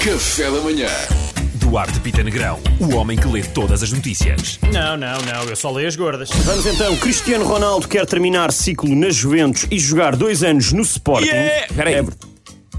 Café da Manhã. Duarte Pita Negrão, o homem que lê todas as notícias. Não, não, não, eu só leio as gordas. Vamos então, Cristiano Ronaldo quer terminar ciclo na Juventus e jogar dois anos no Sporting. Yeah! Espera aí. É,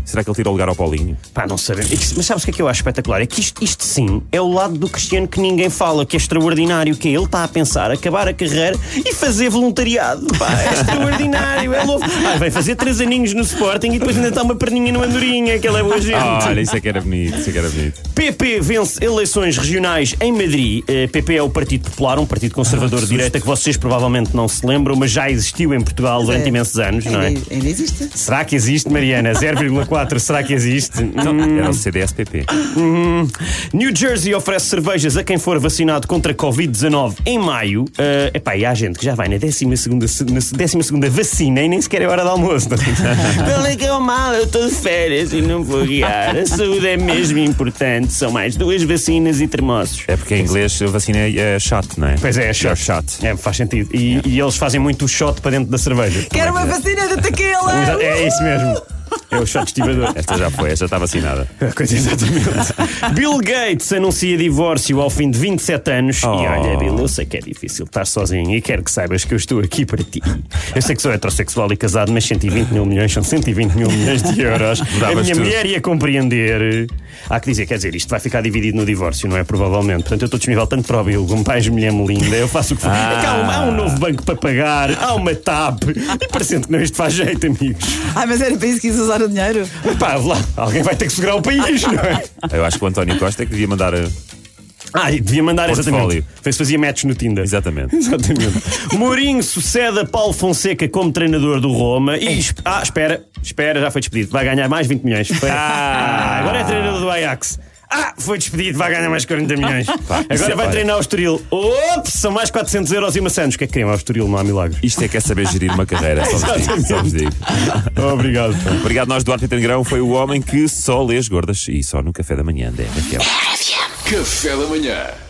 Será que ele tira o lugar ao Paulinho? pá, não sabemos. É que- Mas sabes o que é que eu acho espetacular? É que isto, isto sim é o lado do Cristiano que ninguém fala, que é extraordinário, que é ele está a pensar acabar a carreira e fazer voluntariado. Pá, é extraordinário, é louco. Ah, vai fazer três aninhos no Sporting e depois ainda está uma perninha no Andorinha, que ele é boa gente. Olha, isso é que era bonito, isso é que era bonito. PP vence eleições regionais em Madrid. Eh, PP é o Partido Popular, um partido conservador de direita que vocês provavelmente não se lembram, mas já existiu em Portugal durante é. imensos anos, não é? Ainda, ainda existe. Será que existe, Mariana? 0,4, será que existe? Hum. Era um o CDSPP. New Jersey oferece cervejas a quem for vacinado contra Covid-19 em maio. Eh, epá, e há gente que já vai na 12 se- na 12 vacina e nem sequer é hora de almoço. Pelo que é o mal, eu estou de férias e não vou guiar. A saúde é mesmo importante. São mais duas vacinas e termossos. É porque em inglês a vacina é chato, não é? Pois é, é shot. É shot. É, faz sentido. E, e eles fazem muito o shot para dentro da cerveja. Quero uma vacina de tequila! Exa- É isso mesmo. É o shot estivador. Esta já foi, esta está vacinada. Coisa exatamente. Bill Gates anuncia divórcio ao fim de 27 anos. Oh. E olha, Bill, eu sei que é difícil estar sozinho e quero que saibas que eu estou aqui para ti. Eu sei que sou heterossexual e casado, mas 120 mil milhões são 120 mil milhões de euros. A Davas minha tudo. mulher ia compreender. Há que dizer, quer dizer, isto vai ficar dividido no divórcio, não é? Provavelmente. Portanto, eu estou disponível tanto para o Bill como para a mulher melinda. Eu faço o que for. É que há, um, há um novo banco para pagar, há uma TAP. E parecendo que não isto faz jeito, amigos. Ai, mas era para isso que quis usar o dinheiro. Pá, lá, alguém vai ter que segurar o país, não é? Eu acho que o António Costa é que devia mandar. a- Ah, e devia mandar Portfólio. exatamente. Foi se fazia match no Tinder. Exatamente. Exatamente. Mourinho sucede a Paulo Fonseca como treinador do Roma e. esp- Ah, espera, espera, já foi despedido. Vai ganhar mais 20 milhões. Foi- Ah, agora é treinador do Ajax. Ah, foi despedido, vai ganhar mais 40 milhões. isso é Agora vai pá. treinar o Estoril. Ops, são mais 400 euros e maçãs. O que é que querem ao Estoril? Não há milagres. Isto é que é saber gerir uma carreira, só vos digo. Só vos digo. Obrigado. Obrigado, nós, Duarte Pita Negrão, foi o homem que só lê as gordas e só no café da manhã da RFM. Café da Manhã.